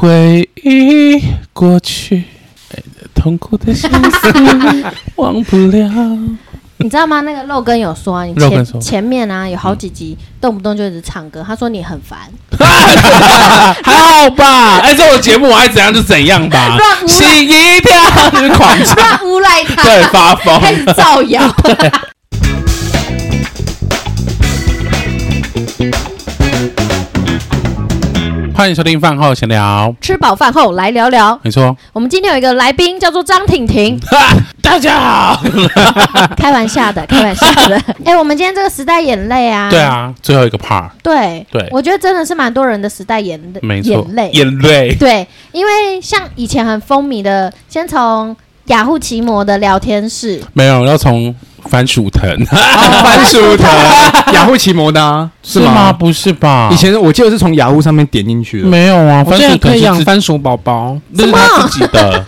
回忆过去，哎痛苦的心思忘不了。你知道吗？那个肉根有说啊，你肉根说前前面啊有好几集、动不动就一直唱歌，他说你 很烦， 还好吧？哎，这我节目我爱怎样就怎样吧乱，舞心一跳就是狂唱， 他诬赖他，对，发疯。开始造谣。欢迎收听饭后闲聊，吃饱饭后来聊聊，你说，我们今天有一个来宾叫做张 婷婷，哈， 大家好。开玩笑的，开玩笑 的。哎、我们今天这个时代眼泪啊，对，啊，最后一个 part，对，对我觉得真的是蛮多人的时代眼泪，没错眼，泪，眼泪，对，因为像以前很风靡的，先从雅虎奇摩的聊天室，没有要从番薯 藤啊番薯 藤，雅虎奇摩的啊是吗？不是吧？以前我记得是从雅虎上面点进去的，没有啊，我番现在薯藤可以养是自番薯宝宝，那是他自己的。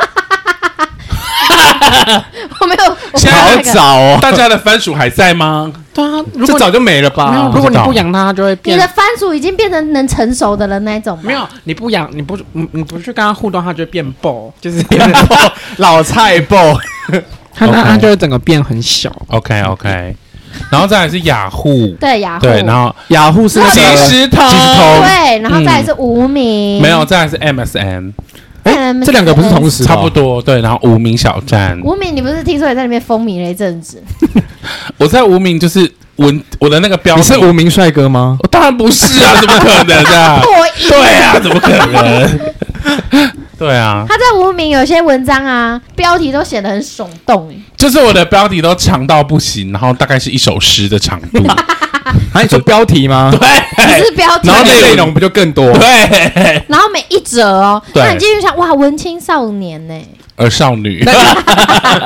我没有，我没 现有在那个。早哦，大家的番薯还在吗？对啊，如这果早就没了没有吧不？如果知你道不养它，它就会你的变。番薯已经变成能成熟的了那一种吗没有，你不养，你不你你不去跟它互动，它就会变 爆，就是老菜包，它它 OK 它就会整个变很小。 OK OK，然后再来是雅虎，对雅虎，对，然后雅虎是那即个，时通，即时通对，然后再来是无名，没有，再来是 MSN，哎，这两个不是同时吧哦差不。多对，然后无名小站，无名，你不是听说也在那边风靡了一阵子？我在无名就是文我的那个标你题，是无名帅哥吗？我当然不是啊，怎么可能 啊？破译，对啊，怎么可能？对啊，他在无名有些文章啊，标题都写得很耸动、欸，就是我的标题都长到不行，然后大概是一首诗的长度，啊，你说标题吗？只对是标题哎然然后后内容内容不就更 多？对，然后每一折哦，对那你进去想，哇，文青少年欸呢、而呃少女。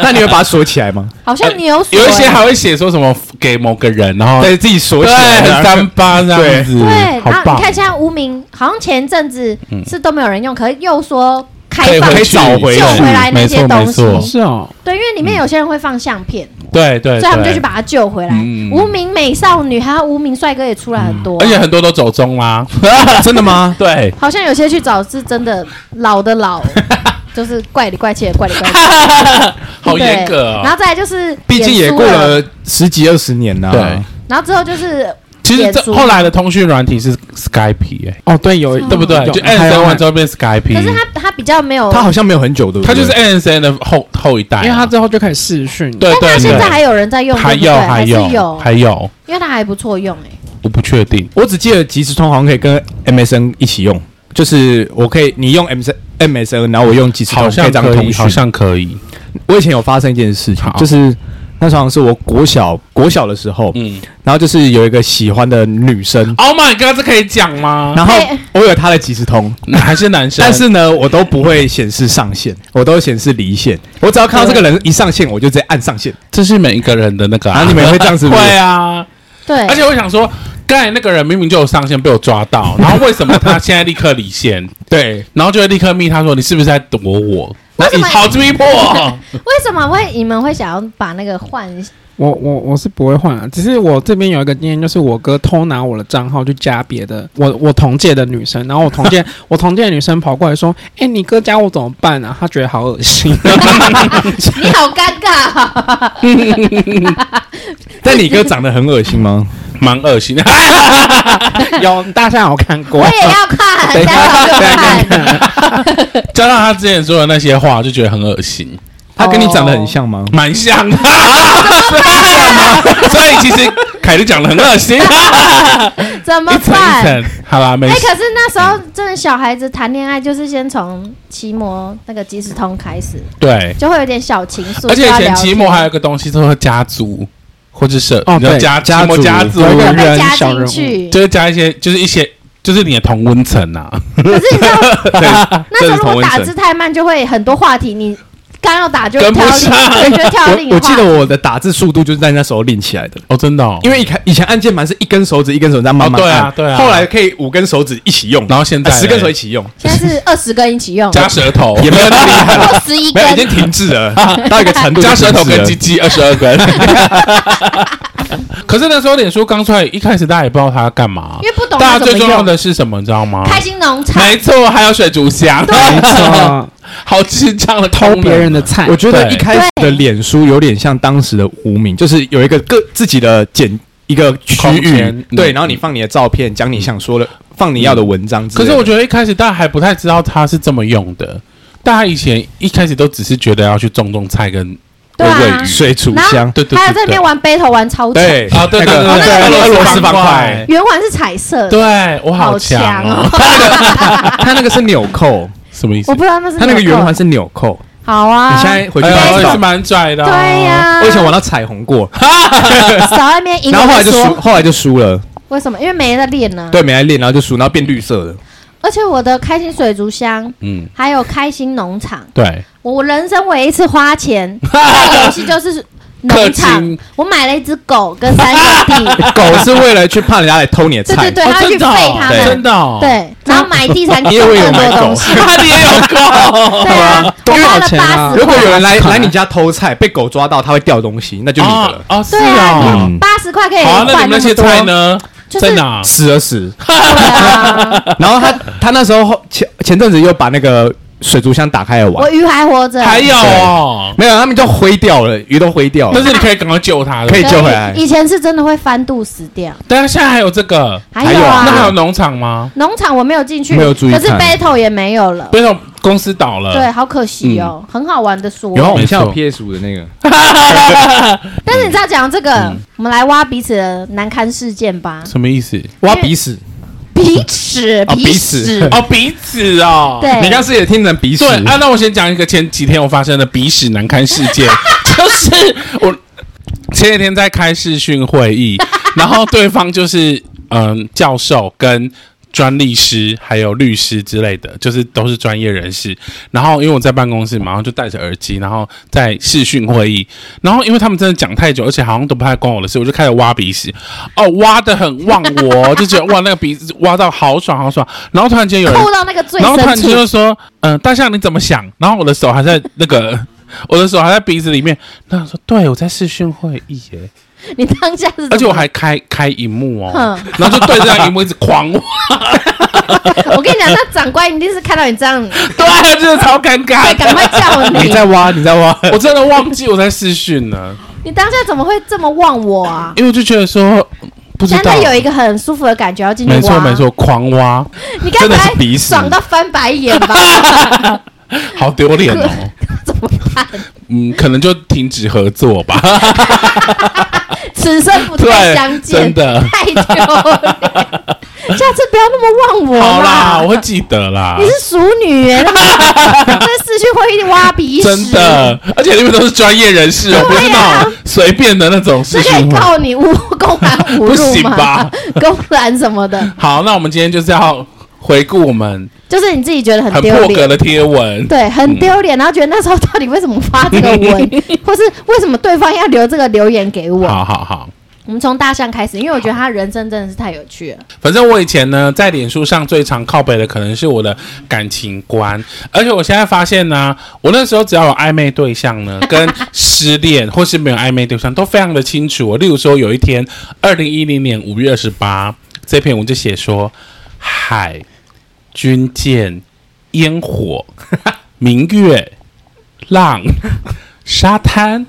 那你会把它锁起来吗？好像牛水、呃有一些还会写说什么给某个人，然后对自己锁 对起来，然后三八这样子，对，嗯好然后棒你看现在无名，好像前阵子嗯是都没有人用，可是又说可开以放，回可以去找回救来回来那些东西没错没错是哦，对，因为里面有些人会放相片，对哎对，所以他们对就去把它救回来。嗯无名美少女还有无名帅哥也出来很多啊、嗯而哎且很多都走中啦， 真的吗？ 对，好像有些去找是真的老的老， 就是怪里怪气的怪里怪气 的，好对严格然哦。后再来就是，啊毕竟也过，了十几二十年了。啊对，然后之后就是其实这脸书嗯后来的通讯软体是 Skype 哎，哦对，有对不对？就 N 还 N 有完之后变可是 Skype，他他比较没有，他好像没有很久，对不对？它就是 N S N 的后后一代啊，因为它之后就开始视讯。对但对他现在对，还有人在用，还对不对有还是有还有，因为他还不错用哎、我不确定，我只记得即时通好像可以跟 MSN 一起用，就是我可以你用 MSN MSN，然后我用即时通好可像以这样可通以，好讯。像可以，我以前有发生一件事情好，就是那时候好像是我国小国小的时候，嗯然后就是有一个喜欢的女生， ，Oh my God，这可以讲吗？然后哎我有她的即时通。还啊是男生，但是呢，我都不会显示上线，我都显示离线。我只要看到这个人一上线，我就直接按上线。这是每一个人的那个啊你们也会这样 子会啊，对，而且我想说，刚才那个人明明就有上线被我抓到，然后为什么他现在立刻离线，对，然后就会立刻密他说你是不是在躲我？为什么好逼迫哦，为什么会你们会想要把那个换？我我我是不会换啊，只是我这边有一个经验，就是我哥偷拿我的账号去加别的我我同届的女生，然后我同 届我同届的女生跑过来说：“哎、你哥加我怎么办啊？”她觉得好恶 心。你好尴尬、哦， 但你哥长得很恶心吗？蛮恶心的。有大家有看过 我？也要看，等一大下家有看，加上他之前说的那些话，就觉得很恶心，他跟你长得很像吗？蛮 像的，所以其实凯莉讲的很恶 心，怎么一层一办？层。好啦，没哎、事。可是那时候真的小孩子谈恋爱，就是先从骑摩那个即时通开始，对，就会有点小情愫。而且以就要前聊期天末还有一个东西叫做家族或者社，哦你知道对家家期末族家族有一个有被人加小进人物去，就是加一些，就是一些，就是你的同温层 啊。可是你知道那时候如这是同果温打层字太慢，就会很多话题，你刚要打就跟不跳上另，就跳另一我个我记话得题我的打字速度就是在那时候练起来的，哦，真的、哦，因为以前以前按键盘是一根手指一根手指这样慢慢哦对啊按，对啊后来可以五根手指一起用，然后现在啊十根嘞手一起用，现在是二十根一起用，加舌头， 也没有 那么厉害，或十一没根有已 经停滞了，到一个程度加就舌停滞头跟了鸡鸡二十二根。 可是那时候脸书刚出来，一开始大家也不知道它干嘛因。为不懂大它家怎最么重要用。的是什么，你知道吗？开心农场，没错，还有水族箱，啊没 错，好智障的偷功能别人的菜我，觉得对一开始的脸书有点像当时的无名，就是有一个个自己的简一个区空间域，对，嗯然后你放你的照片，讲你想说的，放你要的文章之可类的。是我觉得一开始大家还不太知道它是这么用的，大家以前一开始都只是觉得要去种种菜跟对喂喂啊鱼，水煮然后箱，对对还有在对那边对。玩 battle 玩超强，对啊对那个对对对俄对罗斯对方块，圆环是彩色，对我好强哦强，它那个是纽扣，什么意思我？不知道那是它那个纽扣圆环是纽扣。好啊，你现在回去哎呀，我也是找，蛮拽的哦。对呀，我以前玩到彩虹过，少在那边赢然后后我来就就输，说，后来就输了，为什么？因为没在练呢。对，没来练，然后就输，然后变绿色的。而且我的开心水族箱嗯，还有开心农场，对，我我人生唯一一次花钱在游戏就是农氪场金，我买了一只狗跟三个弟， 狗是为了去怕人家来偷你的对菜对，对，哦它要去真废的哦它对真们，的哦，对，然后买地才你更以为有买多狗东 西，他也有狗，对啊，我多少花了钱啊八十如果有块，人来来你家偷菜，被狗抓到，它会掉东西，那就你的哦了， 嗯哦，是对啊，哦。你八十块可以好啊，那你换们那些么菜多，呢？就在是哪？死而死。对啊，然后他他那时候后前前阵子又把那个水族箱打开来我玩，鱼还活着，还有哦，没有，他们就灰掉了，鱼都灰掉了但。是你可以赶快救他的。可以对救回来以前是真的会翻肚死掉，但是现在还有这个，还有有啊那还啊有，农场吗？农场我没有进去，没有注意可是看 battle 也没有了。为什么公司倒了？ 对，好可惜哦，嗯很好玩的说。然后我没们错现在有 PS 五的那个，但是你知道讲这嗯个，我们来挖彼此的难堪事件吧。什么意思？挖鼻屎，彼此，哦彼彼此此，哦，鼻子哦。对，你刚是也听成鼻屎对，啊，那我先讲一个前几天我发生的鼻屎难堪事件，就是我前几天在开视讯会议，然后对方就是嗯教授跟。专利师还有律师之类的，就是都是专业人士。然后因为我在办公室嘛，然后就戴着耳机，然后在视讯会议。然后因为他们真的讲太久，而且好像都不太关我的事，我就开始挖鼻屎。哦，挖的很忘我，就觉得哇，那个鼻子挖到好爽好爽。然后突然间有人扣到那个最然后突然深间就处，说：“嗯、大象你怎么想？”然后我的手还在那个， 我的手还在鼻子里面。那我说：“对，我在视讯会议耶，你当下是怎么，而且我还开开荧幕哦哼，然后就对着那荧幕一直狂 挖， 我跟你讲，那长官一定是看到你 这样，啊对，真的超尴对，尬。赶快叫你你。在啊挖，你在 挖，我真的忘记我在视讯了，你当下怎么会这么忘我啊？因为我就觉得说不知现道在，有一个很舒服的感觉要进去挖，没错没，错，狂挖，你刚真的才是鼻屎爽到翻白眼 吧？好丢脸哦。 怎么办？嗯，可能就停止合作吧。此生不再相 对见，真的太丢脸。 下次不要那么忘我好啦，我啦会啊记得啦你。是淑女耶， 那么在市区会一啊定挖鼻屎，真，的，而且你们都是专业人士哦，不是那种随便的那种这视讯可以会。告你诬公然侮不辱行吗吧？ 公然什么的，好，那我们今天就是要回顾我们就是你自己觉得很很丢破嗯格脸。的贴文。对，很丢脸，然后觉得那时候到底为什么发这个 文，或是为什么对方要留这个留言给我？好好好，我们从大象开始，因为我觉得他人生真的是太有趣 了。反正我以前呢，在脸书上最常靠北的可能是我的感情观，而且我现在发现呢、我那时候只要有暧昧对象呢，跟失恋或是没有暧昧对象都非常的清楚哦。例如说，有一天，二零一零年五月二十八，这篇文就写说：海、军舰、烟火、明月、浪、沙滩、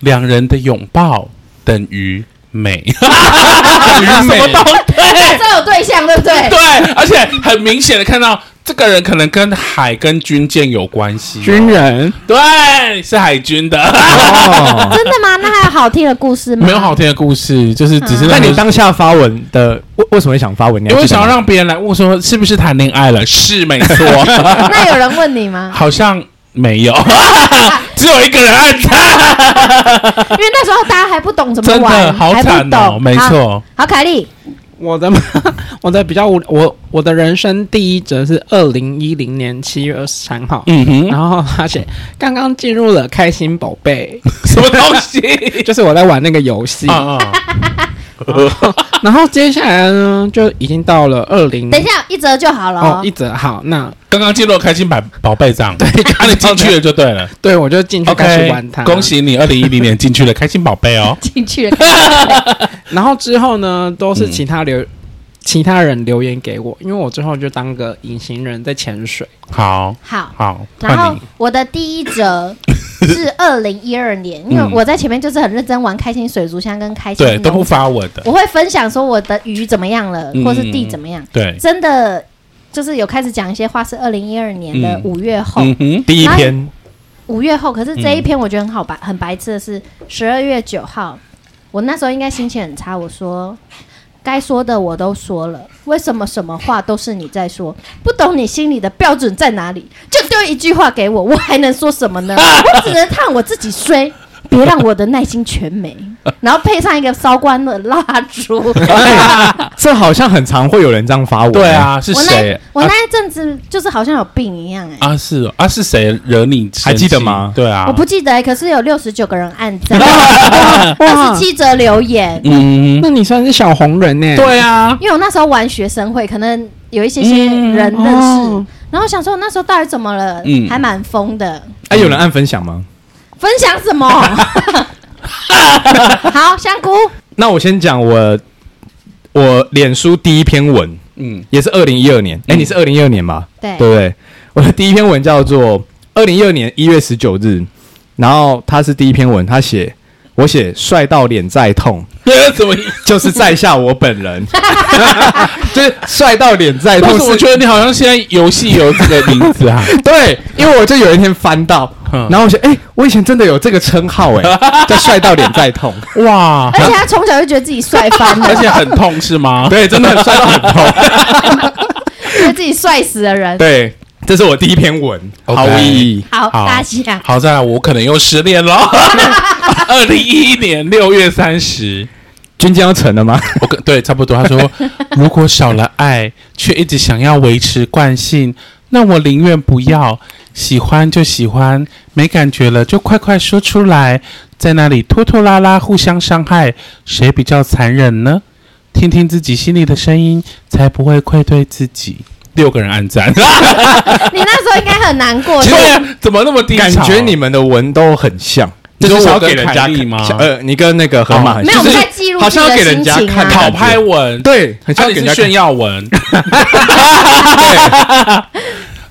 两人的拥抱等于美。 什么东他真的有对象，对不对？对，而且很明显的看到这个人可能跟海跟军舰有关系、军，人对，是海军的， 哦。真的吗？那还有好听的故事吗？没有好听的故事，就是只是那让你。当下发文的为为什么会想发文？你还因为记得想吗要让别人来问说是不是谈恋爱了，是没 错，那有人问你吗？好像没有，只有一个人按他， 因为那时候大家还不懂怎么真的玩，好还不惨哦，懂。没好。错，好，凯莉，我的 我的比较无我我的人生第一则是二零一零年七月二十三号，嗯哼，然后他写刚刚进入了开心宝贝， 什么东西啊啊就是我在玩那个游戏，啊啊？然后接下来呢，就已经到了二嗯零等一下一折就好啊了哦，一折好，那刚刚进入了开心百宝贝账，对，啊，你进去了就对了。对我就进去开始 OK，玩它。恭！喜你，二零一零年进去了开心宝贝哦。进去了。 然后之后呢，都是其他嗯留、其他人留言给我，因为我之后就当个隐形人在潜水。好好，好，然换后你。我的第一折 是二零一二年，因为我在前面就是很认真玩开心水族箱跟开心嗯对，都农不发文的，我会分享说我的鱼怎么样了，嗯或是地怎么样，对，真的就是有开始讲一些话，是二零一二年的嗯五月后，嗯哼，第一篇五月后，可是嗯这一篇我觉得很好白，很白痴的是十二月九号，我那时候应该心情很差，我说该说的我都说了，为什么什么话都是你在说？不懂你心里的标准在哪里？就丢一句话给我，我还能说什么 呢？我只能叹我自己衰。别让我的耐心全 没，然后配上一个烧光的蜡烛。这好像很常会有人这样发我。对，啊，哎是我谁那？我啊那一阵子就是好像有病一样哎、啊是哦啊是谁惹你？还记得吗对啊，我不记得、欸，可是有六十九个人按 赞，二十七则留言。嗯，那你算是小红人呢、欸对啊，因为我那时候玩学生会，可能有一些些人认识，哦然后想说我那时候到底怎么了，嗯还蛮疯的。哎，有人按分享吗？分享什 么？好，香菇，那我先讲我我脸书第一篇文， 嗯也是二零一二年。哎，嗯你是二零一二年吧？对对不对？我的第一篇文叫做二零一二年一月十九日，然后他是第一篇文，他写我写帅到脸在痛， 怎么？就是在下我本人，就是帅到脸在但痛是我是觉得你好像现在游戏有这个名字 啊，对，因为我就有一天翻到，嗯然后我想，哎、我以前真的有这个称号、 哎，叫帅到脸在痛，哇，而且他从小就觉得自己 帅翻了而，且很痛是 吗？对，真的很帅到很痛，觉得自己帅死的人。对，这是我第一篇文， OK 毫无意义。好，好大家好在我可能又失恋 了。二零一一年六月三十，军将要成了吗？我跟对差不多。他说，如果少了爱，却一直想要维持惯性，那我宁愿不要。喜欢就喜欢，没感觉了就快快说出来，在那里拖拖拉拉，互相伤害，谁比较残忍呢？听听自己心里的声音，才不会愧对自己。六个人暗 赞，你那时候应该很难过，其是吧实 怎么那么低感潮？觉你们的文都很像，你就说是想要我跟给人家凯莉吗看呃，你跟那个河马很哦没像，有我们就是在记录好自己像要给的心人家情看啊讨。拍文，对，很像啊、要你哎给人是炫家看。耀 文。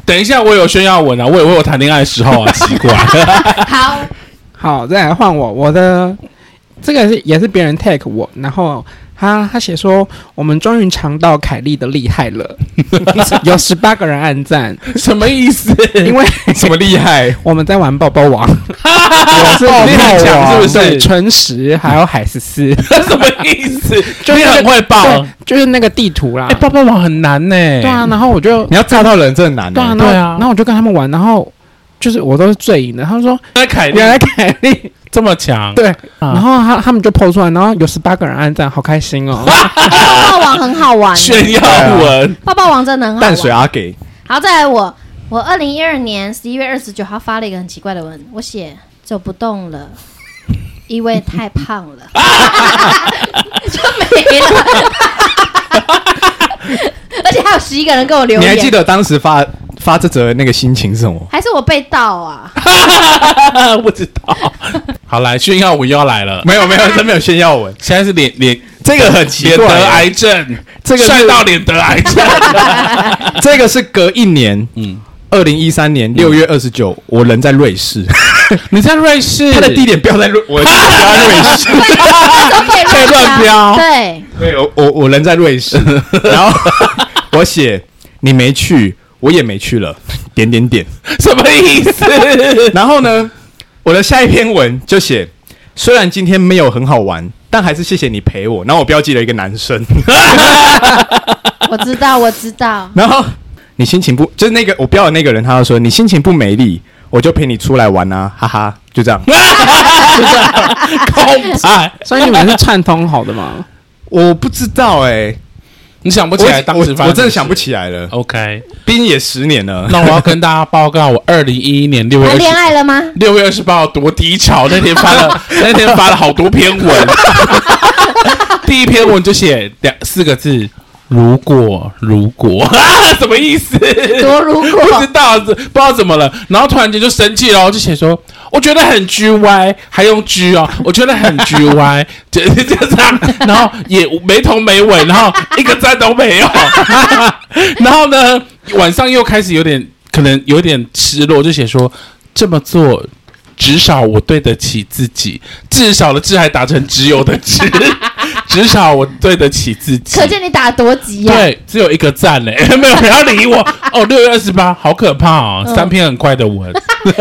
等一下，我有炫耀文啊，我也会有谈恋爱的时候 啊，奇怪。好，好，再来换我，我的这个是也是别人 take 我，然后他他写说我们终于尝到凯莉的厉害 了，有十八个人按赞，什么意思？因为什么厉 害？我们在玩抱抱 王，我是抱抱王王是不是对诚实还有海 思思， 什么意 思？就是你那很个会啊抱。对就是那个地图啦哎、，抱抱网很难呢、对啊，然后我就你要炸到人真的难、对啊，欸。然后对啊然后我就跟他们玩，然后就是我都是最赢的，他们说那凯莉原来凯莉这么强，对，啊然后他他们就 PO 出来，然后有十八个人按赞，好开心哦。抱抱王很好 玩，炫耀文，抱抱王真的很好玩。淡水阿给，好，再来我，我二零一二年十一月二十九号发了一个很奇怪的文，我写走不动了，因为太胖了， 就没了。 而且还有十一个人跟我留你还言，记得当时发发这则那个心情是什么？还是我被盗 啊？不知道。好来，炫耀文又要来了。没有没有，真没有炫耀文，现在是脸脸 这个很奇脸得怪、欸癌症，这个是帅到脸得癌 症。这个是隔一年，嗯，二零一三年六月二十九，我人在瑞士，你在瑞士， 他的地点不要在瑞，我不要在瑞士，都可以可以乱标标对，对，我我我人在瑞 士，然后我写你没去，我也没去了， 点点点。什么意 思？然后呢，我的下一篇文就写，虽然今天没有很好玩，但还是谢谢你陪我。然后我标记了一个男生， 我知道，我知道。然后你心情不就是那个我标的那个人，他就说你心情不美丽，我就陪你出来玩啊， 哈哈，就这样。空白，所以你们是串通好的吗？我不知道哎、欸，你想不我起来当时发我生我真什么的想不事起来了， OK，毕竟也十年了。 那我要跟大家报告，我二零一一年六月谈二恋十爱了吗？六月二 十八号多低潮，那天发了那天发了好多篇文， 第一篇文就写两四个字。如果如果、 什么意思？ 多 如不知果，道，不知道怎么了，然后突然间就生气了，然后就写说，我觉得很 G Y，还用 G 哦，我觉得很 G Y，就 就这样，然后也没头没尾，然后一个赞都没有， 然后呢，晚上又开始有点可能有点失落，就写说这么做。至少我对得起自己，至少的“至”还打成“只有”的“只”，至少我对得起自己。 可见你打多急啊呀、对，只有一个赞嘞， 没有人要理我。哦，六月二十八，好可怕哦，嗯三篇很快的 文。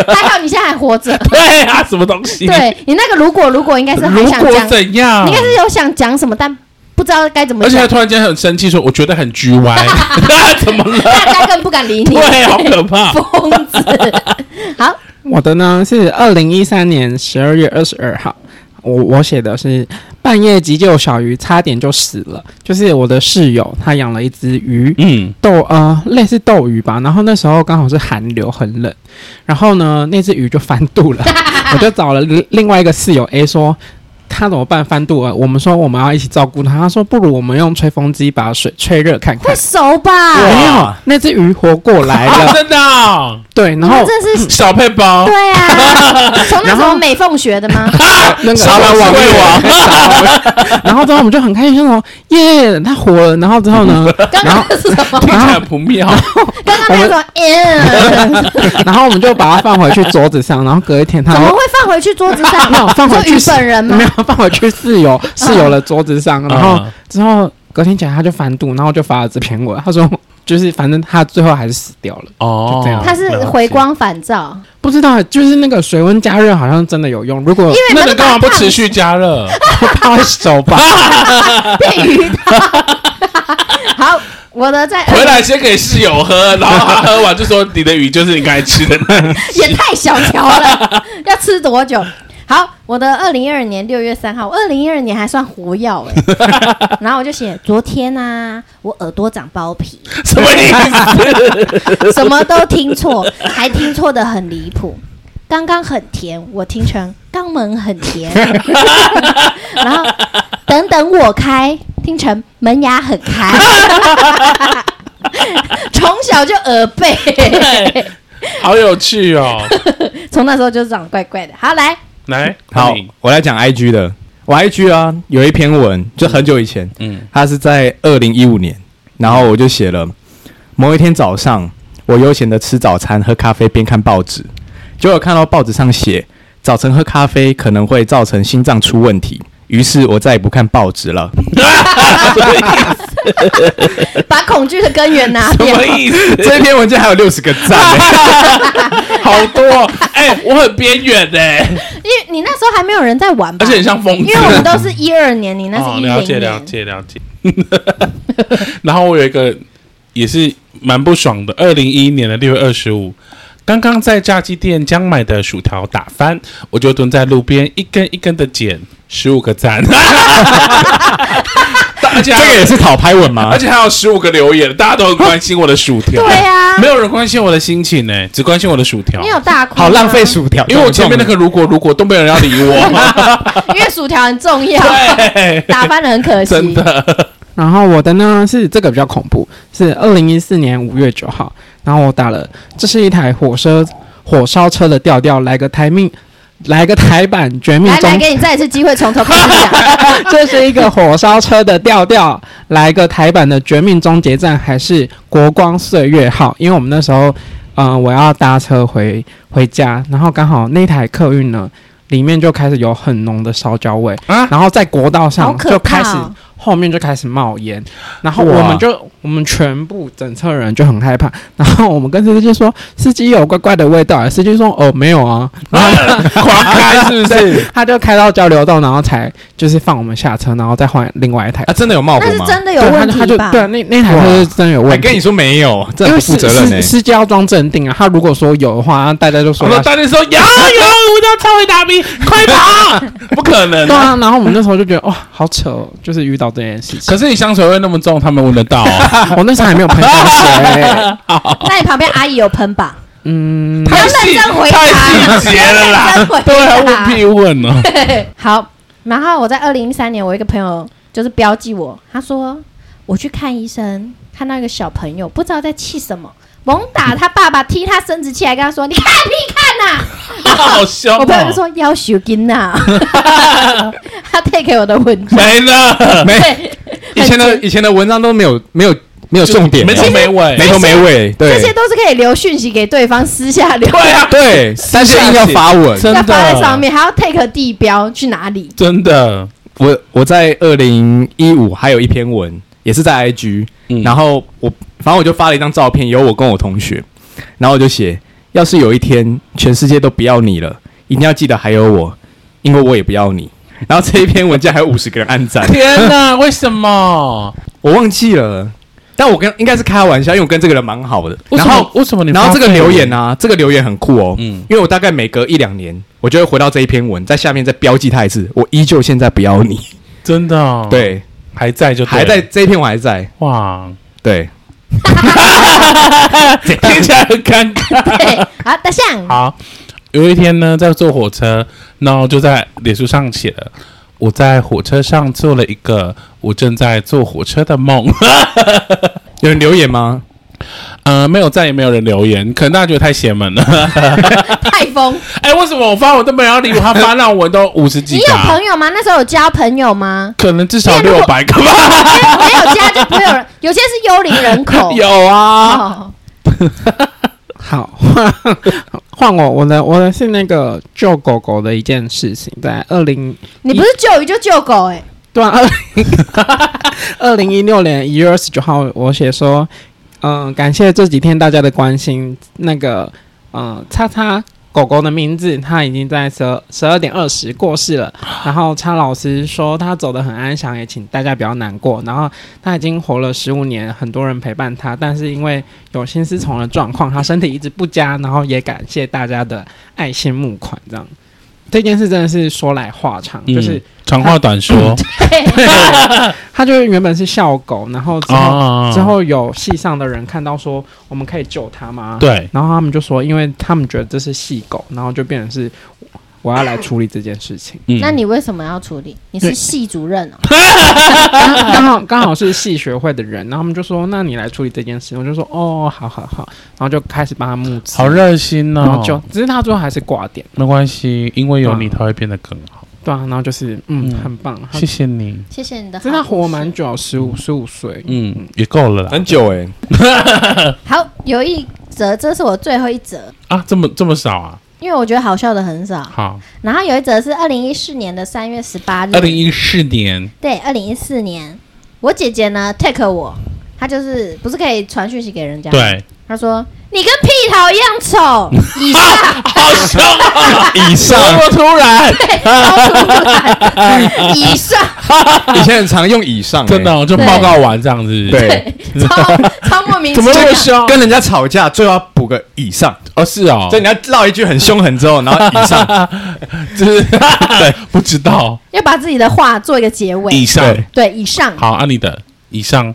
还好你现在还活 着。对啊，什么东西？对你那个如果如果应该是如很想果讲，怎样你应？该是有想讲什么，但不知道该怎么而且他讲，突然间很生气，说：“我觉得很 G Y，怎 么了大家更不敢理？”你。对，好可怕。疯子。好，我的呢是二零一三年十二月二十二号，我我写的是半夜急救小鱼差点就死了，就是我的室友他养了一只鱼，嗯，斗呃类似斗鱼吧，然后那时候刚好是寒流很冷，然后呢那只鱼就翻肚 了，我就找了另另外一个室友 A 说。他怎么办？翻肚了。啊我们说我们要一起照顾他。他说不如我们用吹风机把水吹热看快看。熟吧哇！没有，那只鱼活过来啊，了。真的哦，对，然你们后真的是小配包，对啊， 从那时候美凤学的吗？那个小老板会王王，啊然后之后我们就很开心说耶，他活了。然后之后呢，刚然后刚是什么？听起来很不妙。刚刚那种，嗯， 然后我们就把它放回去桌子上。然后隔一天他怎么会放回去桌子上？没有放回去是本人吗没？有放回去室 友室友的桌子上。然后嗯之后隔天起来他就反肚，然后就发了这篇文，他说就是反正他最后还是死掉了。 哦就这样他是回光返照，不知道，就是那个水温加热好像真的有用。如 果因为那你你们干嘛不把它持续加热？泡手吧，变鱼汤。 好，我的在回来先给室友喝，然后他喝完就说：“你的鱼就是你刚才吃的那一只也太小瞧了， 要吃多久？好，我的二零一二年六月三号，二零一二年还算活药哎、然后我就写昨天啊，我耳朵长包皮，什么意 思？什么都听错，还听错的很离谱。刚刚很甜，我听成肛门很甜，然后等等我开，听成门牙很开。从小就耳背，好有趣哦！从那时候就长得怪怪的。好，来，来，好你，我来讲 IG 的，我 IG 啊有一篇文，就很久以前，嗯。它是在二零一五年，然后我就写了，某一天早上，我悠闲的吃早餐、喝咖啡，边看报纸，结果看到报纸上写，早晨喝咖啡可能会造成心脏出问题，于是我再也不看报纸了。把恐惧的根源 拿什掉。么意思？这篇文件还有六十个赞、 好多哦哎、我很边缘哎，因为你那时候还没有人在玩吧？而且很像疯子因为我们都是一二年，你那哦是一，了零解年。了解了解。 然后我有一个也是蛮不爽的，二零一一年的六月二十五。刚刚在炸鸡店将买的薯条打翻，我就蹲在路边一根一根的捡，十五个赞， 而且这还有个也是讨拍文吗而？且还有十五个留言，大家都很关心我的薯条， 对啊没有人关心我的心情呢、只关心我的薯条你，有大啊哭吗好浪费，薯条，因为我前面那个如果如果都没有人要理 我，因为薯条很重要，对。打翻了很可惜。真的，然后我的呢是这个比较恐怖，是二零一四年五月九号，然后我打了，这是一台火车火烧车的调调，来个台命，来个台版绝命来终来，给你再一次机会，从头开 始讲。 这是一个火烧车的调调，来个台版的《绝命终结站》还是《国光岁月号》？因为我们那时候，嗯、我要搭车回回家，然后刚好那台客运呢，里面就开始有很浓的烧焦味，啊然后在国道好上可怕哦就开始。后面就开始冒烟，然后哇我们就我们全部整车人就很害怕，然后我们跟司机说司机有怪怪的味道，司机说哦没有啊，然后狂开是啊不是？他就开到交流道，然后才就是放我们下车，然后再换另外一台啊，真的有冒火那是吗？真的有对，问他就题吧？对啊，那那台车是真的有还问跟题。你说没有，这因为很司负责任欸呢、哦司司机要装镇定啊，他如果说有的话，大家就说我他们当天说有有，我要超会打比，快跑！不可能对啊！啊。然后我们那时候就觉得哇、好扯、哦，就是遇到这件事情。可是你香水味那么重，他们闻得到哦。我那时候还没有 喷香水、那你旁边阿姨有喷吧？嗯，不要太认细真回答，太细节了啦，不要认真回答 对啊，问屁问哦。好，然后我在二零一三年，我一个朋友就是标记我。他说我去看医生，看到一个小朋友不知道在气什么，猛打他爸爸，踢他生殖器，还跟他说：“你看，你看呐、好凶我朋友就哦！说：“要求金呐。” 他 take 给我的文 章，没了，没对，以前的以前的文章都没有没有没有重点，啊没头没尾，没头没尾，这些对都是可以留讯息给对方，私下留，对啊，对，但是硬要发文。真要发在上的，面，还要 take 地标去哪里？真的，我我在二零一五还有一篇文，也是在 IG，、嗯，然后我反正我就发了一张照片，有我跟我同学，然后我就写，要是有一天全世界都不要你了，一定要记得还有我，因为我也不要你。然后这一篇文竟然还有五十个人按赞天哪，为什么？我忘记了，但我跟应该是开玩笑，因为我跟这个人蛮好的。为什然么后为哦什么你然后这个留言呢？啊，这个留言很酷哦，嗯因为我大概每隔一两年，我就会回到这一篇文，在下面再标记他一次，我依旧现在不要你，真的哦，对，还在就对还在了这一篇我还在，哇，对， 听起来很尴尬。对，好，大象，好，有一天呢，在坐火车，然后就在脸书上写了。我在火车上做了一个我正在坐火车的梦， 有人留言吗？呃，没有，再也没有人留言，可能大家觉得太邪门了。 泰丰，哎、为什么我发我都没有要理我，他发让我都五十你几个有啊、朋友吗？那时候有交朋友吗？可能至少因为如六果百个吧。。没有加就不会有人，有些是幽灵人口 有啊，哦，好，换 换我，我的我的是那个救狗狗的一件事情，在二零你不是救鱼就救狗哎、对啊，二零 二零一六年一月二十九号，我写说，嗯、感谢这几天大家的关心，那个，嗯、叉叉。狗狗的名字，它已经在十十二点二十过世了。然后叉老师说他走得很安详，也请大家不要难过。然后他已经活了十五年，很多人陪伴他，但是因为有心丝虫的状况，他身体一直不佳。然后也感谢大家的爱心募款，这样这件事真的是说来话长，就是嗯长话短 说它就是原本是校狗，然后之后、啊，之后有系上的人看到说我们可以救它吗？，对，。然后他们就说，因为他们觉得这是系狗，然后就变成是我要来处理这件事情嗯那你为什么要处理？你是系主任 哦，刚刚好刚好是系学会的人，然后他们就说，那你来处理这件事，我就说哦，好好好，然后就开始帮他募资，好热心然哦后，就只是他最后还是挂点，没关系，因为有你，嗯他会变得更好。对啊，然后就是嗯，嗯很棒，他谢谢你，谢谢你的好故真事。的活蛮久，十五十五岁，嗯，也够了啦。很久哎、好，有一则，这是我最后一则，啊，这么这么少啊？因为我觉得好笑的很少。好，然后有一则是二零一四年的三月十八日，二零一四年，对，二零一四年，我姐姐呢 take 我，她就是不是可以传讯息给人家？，对，她说你跟屁桃一样丑，以上。 哎好凶啊！以上么突然，以上以前很常用以上、欸，啊真的哦就报告完这样子，对， 超超莫名其怎么那妙么。凶？跟人家吵架最后要补个以上，哦，是哦，所以你要唠一句很凶狠之后，然后以上， 就是 对，不知道要把自己的话做一个结尾。以上对 对，以上好，啊按你的以上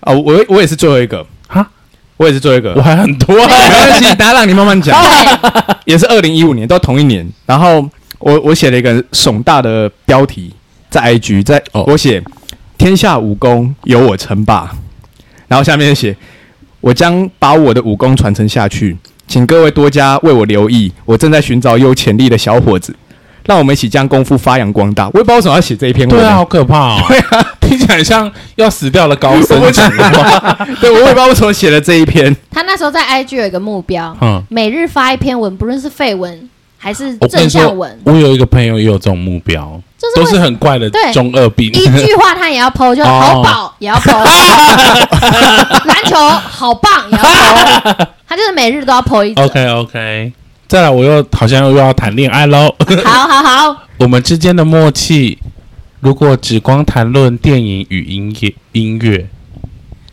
啊，我我也是最后一个，哈，我也是最后一个我，还很多没欸，关系，大家让你慢慢讲。也是二零一五年，到同一年。然后我我写了一个耸大的标题，在 IG，在、哦我写“天下武功由我称霸”，然后下面写“我将把我的武功传承下去，请各位多加为我留意，我正在寻找有潜力的小伙子，让我们一起将功夫发扬光大。”我也不知道为什么要写这一篇文，对啊，好可怕哦，对啊，听起来像要死掉的高僧讲的话，对，我也不知道为什么写了这一篇。他那时候在 IG 有一个目标，嗯。哦每日发一篇文，不论是废文还是 我跟正你说向文，，我有一个朋友也有这种目标，就是都会是很怪的对中二病。一 句话他也要剖，就哦好宝也要 剖，篮球好棒也要剖，他就是每日都要剖一则。 OK OK，再来，我又好像又要谈恋爱喽。好好好，我们之间的默契，如果只光谈论电影与音乐，音乐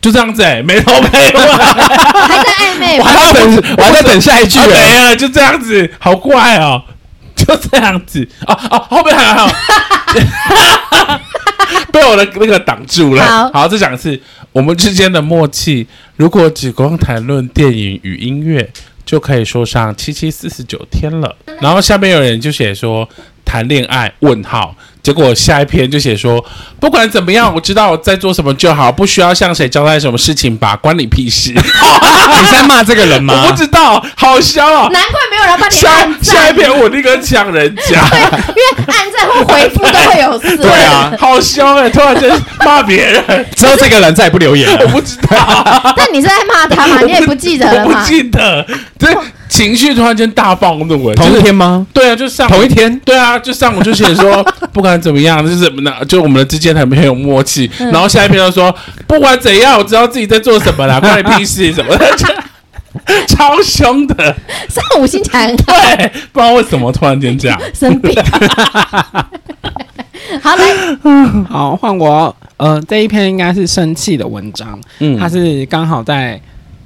就这样子、欸，没头没尾， 还在暧昧我还在等， 我还在等下一句、啊欸。没了，就这样子，好怪哦， 就这样子，哦哦，后面还有，还有 被我的那个挡住了。好再讲一次，我们之间的默契，如果只光谈论电影与音乐，就可以说上七七四十九天了。然后下面有人就写说。谈恋爱？问号，结果下一篇就写说，不管怎么样，我知道我在做什么就好，不需要向谁交代什么事情吧，关你屁 事。你在骂这个人吗我？不知道，好香哦。难怪没有人帮你下按下一赞，篇我立刻抢人 家。 对，因为按赞或回复都会有事。对啊，好凶哎、突然间骂别人，之后这个人再也不留言 我了。不知道，但你是在骂他嘛？你也不记得了我不嘛？记得，这情绪突然间大暴怒哎、就是天吗？对啊，就上午同一天，对啊，就上午就写说不管怎么样，就是怎么呢，就我们的之间很没有默契。然后下一篇就说不管怎样，我知道自己在做什么啦，关你屁事什么的，就 超凶的。上五星强对，不知道为什么突然间这样。生 病。 好，哎来，嗯好，换我。呃，这一篇应该是生气的文章，嗯它是刚好在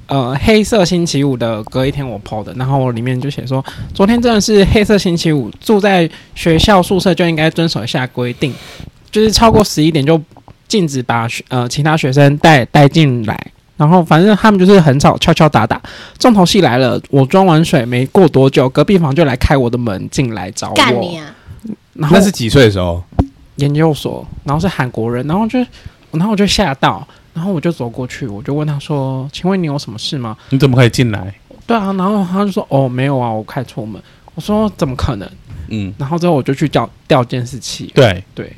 呃黑色星期五的隔一天我 PO 的，然后我里面就写说，昨天真的是黑色星期五，住在学校宿舍就应该遵守一下规定，就是超过十一点就禁止把学呃其他学生带带进来。然后反正他们就是很吵，敲敲打打。重头戏来了，我装完水没过多久，隔壁房就来开我的门进来找我。干你啊！然后那是几岁的时候？研究所，然后是韩国人，然后就，然后我就吓到，然后我就走过去，我就问他说：“请问你有什么事吗你怎么可以进来？？”对啊，然后他就说：“哦，没有啊，我开错门。”我说：“怎么可能嗯？”，然后之后我就去调调监视器，对，对，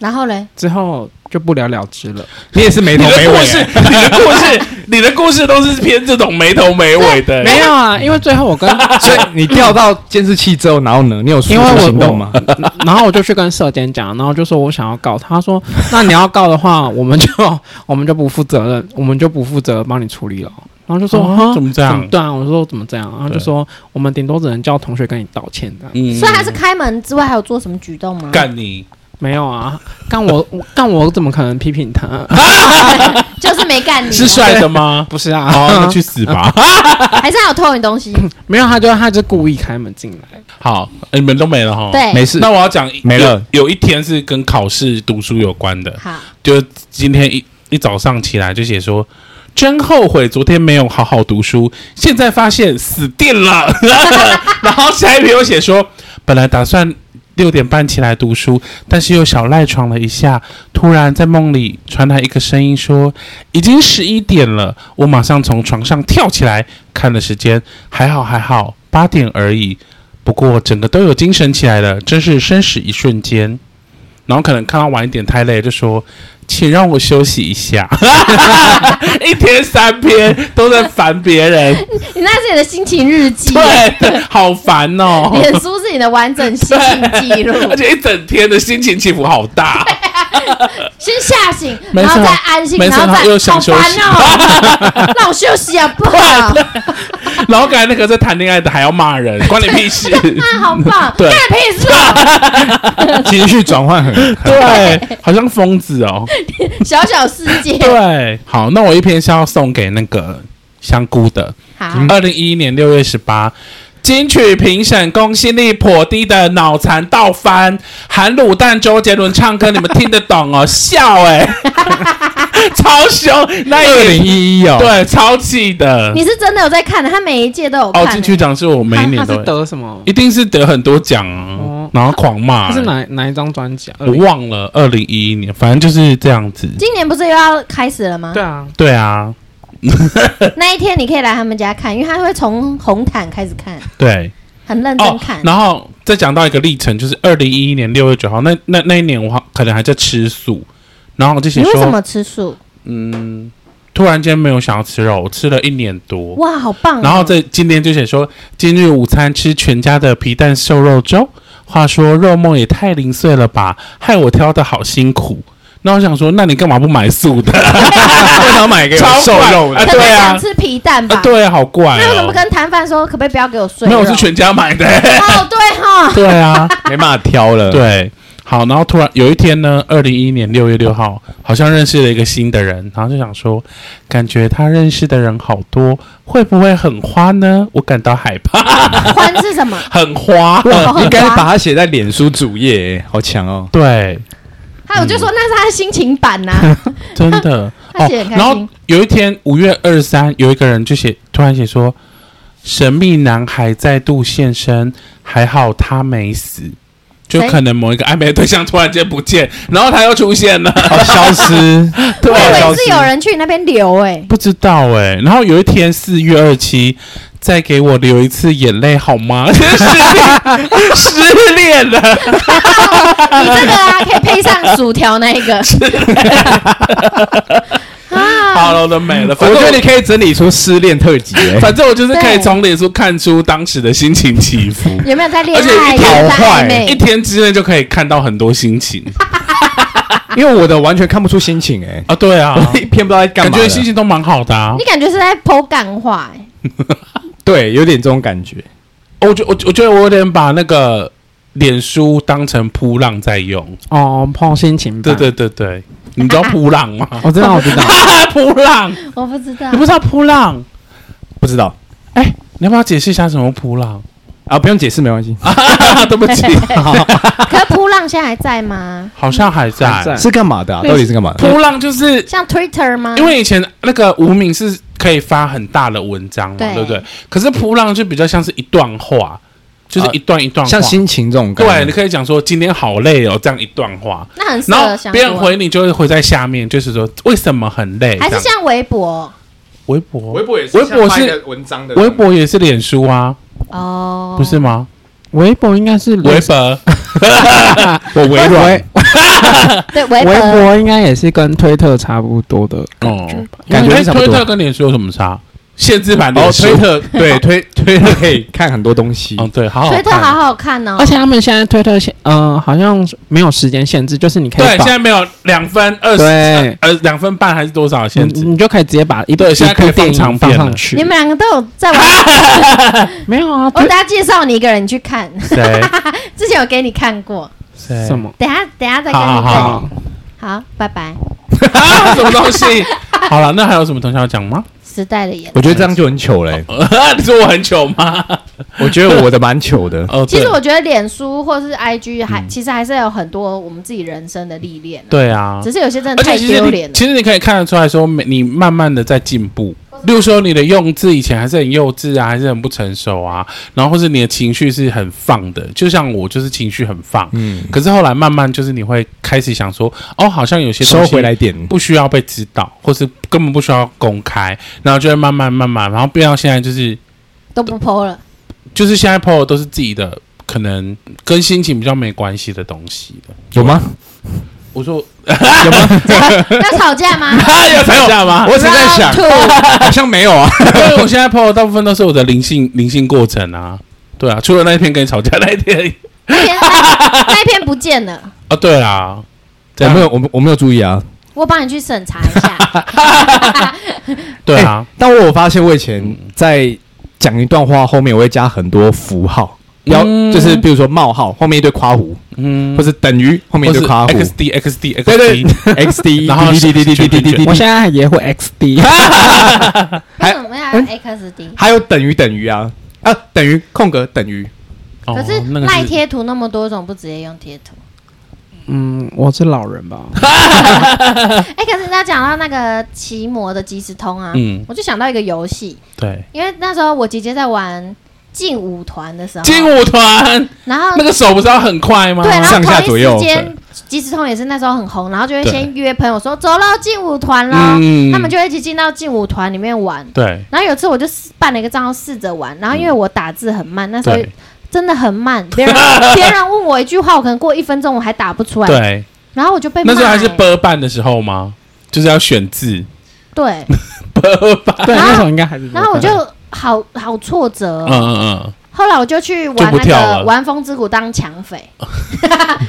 然后嘞，之后就不了了之了。你也是没头你的没尾故欸、事，你 的故事，你的故事都是偏这种没头没尾的。没有啊，因为最后我跟，所以你调到监视器之后，然后呢？你有付因为出我行动吗？ 然后我就去跟社监讲，然后就说我想要告他，他说：“ 那你要告的话，我们就 我们就不负责任，我们就不负责帮你处理了。”然后就说：“哦哈怎么这样怎对啊，我说怎么这样？然后就说我们顶多只能叫同学跟你道歉的。嗯所以他是开门之外还有做什么举动吗？干你，没有啊，干我我干我怎么可能批 评他？就是没干你啊，是帅的吗？不是啊，好，那去死吧！还是他有偷你 东西？没有，他就他就故意开门进来。好，你们都没了哈。，对，没事那，我要讲一没了有。有一天是跟考试读书有关的，好，就今天一一早上起来就写说。真后悔昨天没有好好读书，现在发现死定了。 然后下一篇又写说，本来打算六点半起来读书，但是又小赖床了一下，突然在梦里传来一个声音说已经十一点了。我马上从床上跳起来，看了时间，还好还好，八点而已。不过整个都有精神起来了，真是生死一瞬间。然后可能看到晚一点太累，就说请让我休息一下。 一天三篇都在烦别人，你那是你的心情日记，对，对好烦哦。脸书是你的完整心情记录。而且一整天的心情起伏好大，先吓醒，没然后错再安心，没然错后再他又想好烦哦， 让我休息啊，不好，然后刚才那个在谈恋爱的还要骂人，关你屁事。啊，好棒，对干你屁事啊！ 情绪转换很对，好像疯子哦。小小世界，对，好，那我一篇是要送给那个香菇的，好，二零一一年六月十八，金曲评审公信力颇低的脑残倒翻，含卤蛋周杰伦唱歌，你们听得懂 哦？笑哎、超凶，那二一零年一一哦，，对，啊超气的。你是真的有在看的，他每一届都有看哦，欸。金曲奖是我每一他年他都是会，哎得什么？一定是得很多奖啊，哦然后狂骂、欸他是哪哪一张专辑啊？我忘了，二零一一年，反正就是这样子。今年不是又要开始了吗？对啊，对啊，那一天你可以来他们家看，因为他会从红毯开始看，对。很认真看。哦然后再讲到一个历程，就是二零一一年六月九号，那那那一年我好可能还在吃素，然后我就写你为什说，么吃素？嗯，突然间没有想要吃肉，我吃了一年多，哇，好棒哦！然后在今天就写说，今日午餐吃全家的皮蛋瘦肉粥。话说肉梦也太零碎了吧，害我挑的好辛苦。那我想说，那你干嘛不买素 的？为什么买给超我瘦肉怪的？可能对啊想吃皮蛋吧？啊，对啊，好怪那为什么不哦。跟摊贩说，可不可以不要给我碎没肉？有，我是全家买的、哦， 对哈，对啊，没办法挑了。，对，好，然后突然有一天呢，二零一一年六月六号，好像认识了一个新的人，然后就想说，感觉他认识的人好多，会不会很花呢？我感到害怕，欢 是什么？很花。好哇，很应该花把嗯它写在脸书主页欸，好强哦。对，还有就说那是他的心情版 呐，真的 哦他写得很开然后心有一天五月二十三，有一个人就写，突然写说，神秘男孩再度现身，还好他没死。就可能某一个暧昧的对象突然间不见，然后他又出现了，哦，消失，对我以消为失是有人去你那边留哎、不知道哎、然后有一天四月二七，再给我流一次眼泪好吗？ 失恋，失恋了。你这个啊，可以配上薯条那一 个。啊，好了，我的美了。反我正觉我得你可以整理出失恋特辑、欸，反正我就是可以对从脸书看出当时的心情起伏，有没有在恋而且爱？一有没有在好坏暧一昧？天之内就可以看到很多心情因为我的完全看不出心情、欸，啊。对啊哎、，我一篇不知道在干感嘛的。觉心情都蛮好的、啊你。感觉是在剖感话、欸？对，有点这种感觉。我觉我我觉得我有点把那个脸书当成扑浪在用。哦，碰心情哦对吧。对对对，你知道扑浪吗？哦我知道，我知道。 扑浪，我不知道你。不知道扑浪？不知道你要不要解释一下什么扑浪？啊，不用解释，没关系。啊，对不起， 可是扑浪现在还在吗？好像还还在在。是干嘛的、啊？到底是干嘛的？扑浪就是像 Twitter 吗？因为以前那个无名是可以发很大的文章嘛，对对不对？可是扑浪就比较像是一段话，就是一段一段话。呃像心情这种感对，你觉。可以讲说今天好累哦，这样一段话。那很适然合啊后想别人回你就会回在下面，就是说为什么很累？还是这样像微博微博，博也是微博是像发一文章的微博也是脸书啊，哦，嗯不是吗？微博应该是微博，我微软对微微博微博应该也是跟推特差不多的。哦，感觉是差不推多特。跟脸书有什么差？限制版哦，脸书推，特对推推特可以看很多东西，哦对，好好看推特好好看哦而。且他们现在推特限，呃，好像没有时间限制，就是你可对，以把现在没有两分二十，对呃，两分半还是多少限你嗯制？你就可以直接把一部对一现在可以部电放长影放片了上去你。们哦两个都有 在玩，没有啊？我推等下介绍你一个人去看， 谁？之前有给你看过，谁什？么？啊等下等下再跟好你好讲。好，好，拜拜。 啊，什么东西？好了，那还有什么同学要讲 吗？时代的眼泪。我觉得这样就很糗嘞。你说我很糗吗？，我觉得我的蛮糗的哦，其对实我觉得脸书或是 IG 嗯还、其实还是有很多我们自己人生的历练、啊，对啊，只是有些真的而且太其实丢你脸了。其实你可以看得出来说，每你慢慢的在进步。例如说，你的用字以前还是很幼稚啊，还是很不成熟啊，然后或是你的情绪是很放的，就像我就是情绪很放，嗯，可是后来慢慢就是你会开始想说，哦，好像有些东收西回来点，不需要被知道，或是根本不需要公开，然后就会慢慢慢慢，然后变到现在就是都不 PO 了，就是现在 PO 的都是自己的，可能跟心情比较没关系的东西的。有吗？我说要吵架 吗？啊， 有吵架吗？我只在想 Round，two 好像没有啊。对， 我现在 PO 的大部分都是我的灵性灵性过程啊，对啊，除了那一天跟你吵架那一天而 已那篇那那一篇不见了，啊，对啊，我样没有，我没我没有注意啊。我帮你去审查一 下。对啊，但我有发现，我以前在讲一段话后面，我会加很多符号，标嗯就是比如说冒号后面一堆括弧，嗯或，是等于后面一哎或是堆括弧 X，D X D 对 X 对 D， ，X D，然后滴滴滴滴滴滴滴滴滴，我现在也会 XD，啊为还什么要嗯 XD？还有等于等于啊啊，等于空格等于，哦可是那个赖贴图那么多种，不直接用贴图？嗯，我是老人 吧？哎、可是他讲到那个奇摩的即时通啊，嗯我就想到一个游戏，对因为那时候我姐姐在玩劲舞团的时候，劲舞团然后那个手不是要很快吗？哦对，然后上下同左一右时间，即时通也是那时候很红，然后就会对先约朋友说走到劲舞团咯，嗯他们就会一起进到劲舞团里面玩。对然后有一次我就试办了一个账号试着玩，然后因为我打字很慢，那时候嗯对真的 很慢，别人别人问我一句话，我可能过一分钟我还打不出来，对，然后我就被骂、那时候还是欸波办的时候吗？就是要选字， 对，波办，对，然后那时候应该还是。然后我就好好挫折哦、嗯嗯后来我就去就玩不那跳了个玩风之谷当抢匪，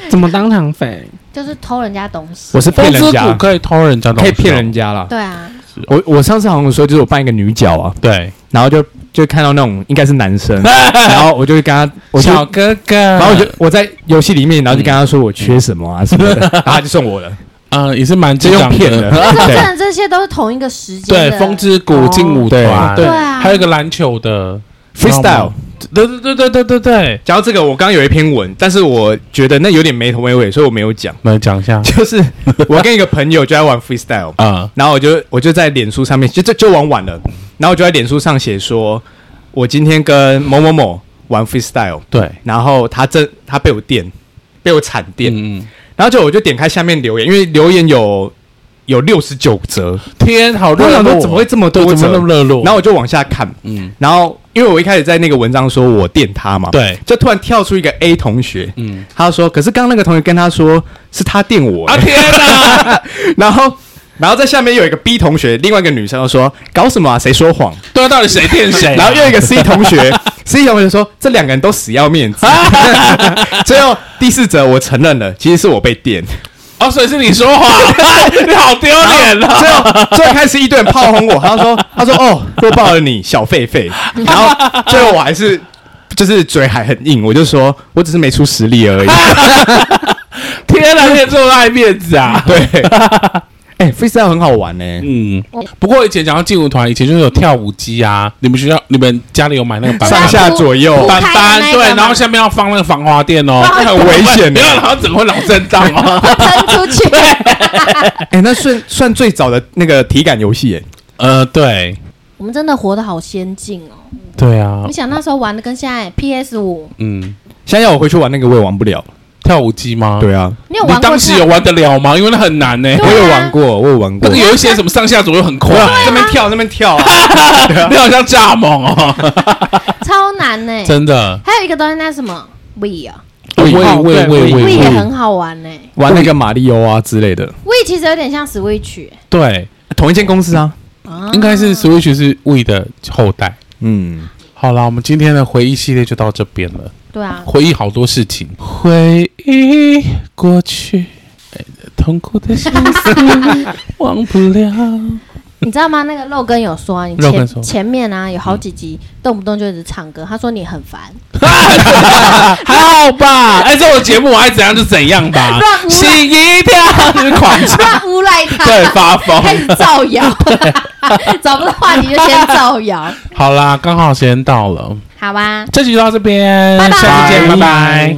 怎么当场匪？就是偷人家东西。我是骗嗯，人风之谷家，可以偷人家东可西以哦，骗人家啦。对啊，我我上次好像有说，就是我扮一个女角啊， 对，然后就就看到那种应该是男 生，然后我就跟他，我就小哥哥，然后我就我在游戏里面，然后就跟他说我缺什么啊什么的， 然后他就送我了，嗯也是蛮这智用障骗的的，，那时候真对，的这些都是同一个时间啊对，的。风之谷哦劲舞团，对对啊还有一个篮球的 freestyle 知道吗。对对对对对对对，讲到这个，我刚刚有一篇文，但是我觉得那有点没头没尾，所以我没有讲。来讲一下 就是我跟一个朋友就在玩 freestyle，啊，然后我就我就在脸书上面，就就就玩晚了，然后我就在脸书上写说，我今天跟某某某玩 freestyle，对，然后他正他被我电，被我惨电。嗯，然后就我就点开下面留言，因为留言有有六十九折，天，好我热想络说哦，怎么会这么对多怎么折那么？热络？然后我就往下看，嗯，然后因为我一开始在那个文章说我电他嘛，，对，就突然跳出一个 A 同学，嗯，他说，可是刚刚那个同学跟他说是他电我、啊天 哪， 然后然后在下面有一个 B 同学，另外一个女生就说搞什么啊，谁说谎？对啊，到底谁骗 谁啊？然后又有一个 C 同学，C 同学说这两个人都死要面子。最后第四者我承认了，其实是我被电。哦，所以是你说谎， 你好丢脸啊！最后最后开始一顿炮轰我，他说他说哦弱爆了你小狒狒，然后最后我还是就是嘴还很硬，我就说我只是没出实力而已。天啊哪，你也这么爱面子啊！对，哎、f r e e s t y l e 很好玩呢、嗯我，不过以前讲到劲舞团，以前就是有跳舞机啊，你们学校、你们家里有买那个板上板下左右铺板啊开的板那对个，吗然后下面要放那个防滑垫哦，那很危险没的有，然后怎么会脑震荡哦？ 喷出去，哎、那算算最早的那个体感游戏耶， 呃，对，我们真的活得好先进哦！对啊你，想那时候玩的跟现在 PS 五，嗯，现在要我回去玩那个我也玩不了。跳舞机吗？，对啊，你有你玩过？当时有玩得了吗？因为那很难呢，对我啊有玩过，我有玩过那个。有一些什么上下左右很快，这边跳那边跳、啊，你好像蚱蜢哦，超难呢、欸真的，还有一个东西那是什么 We 啊喂哦喂对喂喂，We 也喂，很好玩欸呢、 玩那个马里欧啊之类的， We 其实有点像 Switch 对，同一间公司啊。啊，应该是 Switch 是 We 的后代。嗯，好啦，我们今天的回忆系列就到这边了。对啊， 回忆好多事情，回忆过去，哎痛苦的相 思忘不了。你知道吗？那个肉根有说、啊，你肉根说嗯前前面啊有好几集、动不动就一直唱歌，他说你很烦， 还好吧？哎，这种节目我爱怎样就怎样吧乱舞，啦心一跳就是狂 唱，他诬赖他，对，发疯。开始造谣， 找不到话题就先造谣，好啦，刚好时间到了，好吧。这集就到这边，拜拜下次见，拜拜。